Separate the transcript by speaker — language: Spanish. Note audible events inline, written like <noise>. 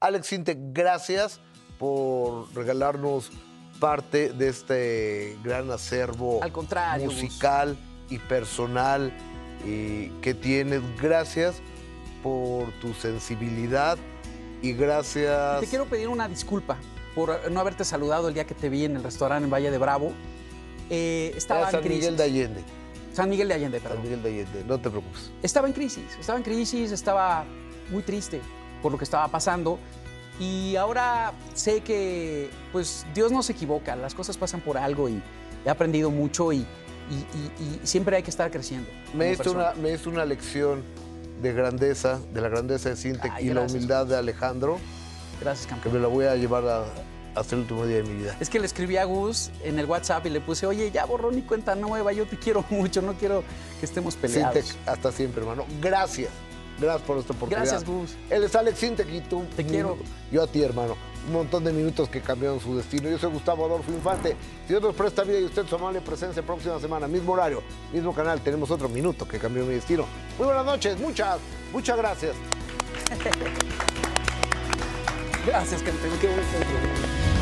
Speaker 1: Alex Intec, gracias por regalarnos parte de este gran acervo
Speaker 2: Al contrario, Gus.
Speaker 1: musical y personal eh, que tienes. Gracias por tu sensibilidad y gracias.
Speaker 2: Te quiero pedir una disculpa por no haberte saludado el día que te vi en el restaurante en Valle de Bravo. Eh, estaba
Speaker 1: a San
Speaker 2: en crisis.
Speaker 1: Miguel de Allende.
Speaker 2: San Miguel de Allende,
Speaker 1: San
Speaker 2: perdón.
Speaker 1: Miguel de Allende, no te preocupes.
Speaker 2: Estaba en crisis, estaba en crisis, estaba muy triste por lo que estaba pasando. Y ahora sé que, pues, Dios no se equivoca, las cosas pasan por algo y he aprendido mucho y, y- y- y siempre hay que estar creciendo. como
Speaker 1: Me diste,
Speaker 2: persona.
Speaker 1: una, me diste una lección de grandeza, de la grandeza de Sintec
Speaker 2: Ay,
Speaker 1: y la
Speaker 2: gracias.
Speaker 1: humildad de Alejandro,
Speaker 2: Gracias,
Speaker 1: que
Speaker 2: campeón.
Speaker 1: me la voy a llevar a- hasta el último día de mi vida.
Speaker 2: Es que le escribí a Gus en el WhatsApp y le puse, oye, ya borró mi cuenta nueva, yo te quiero <laughs> mucho, no quiero que estemos peleados.
Speaker 1: Sintec, hasta siempre, hermano. Gracias. Gracias por esta oportunidad.
Speaker 2: Gracias, Gus.
Speaker 1: Él es Alex Sintec y tú.
Speaker 2: Te quiero.
Speaker 1: Yo a ti, hermano. Un montón de minutos que cambiaron su destino. Yo soy Gustavo Adolfo Infante. Dios nos presta vida y usted su amable presencia próxima semana. Mismo horario, mismo canal. Tenemos otro minuto que cambió mi destino. Muy buenas noches. Muchas, muchas gracias.
Speaker 2: Gracias, campeón. Qué buen ejemplo.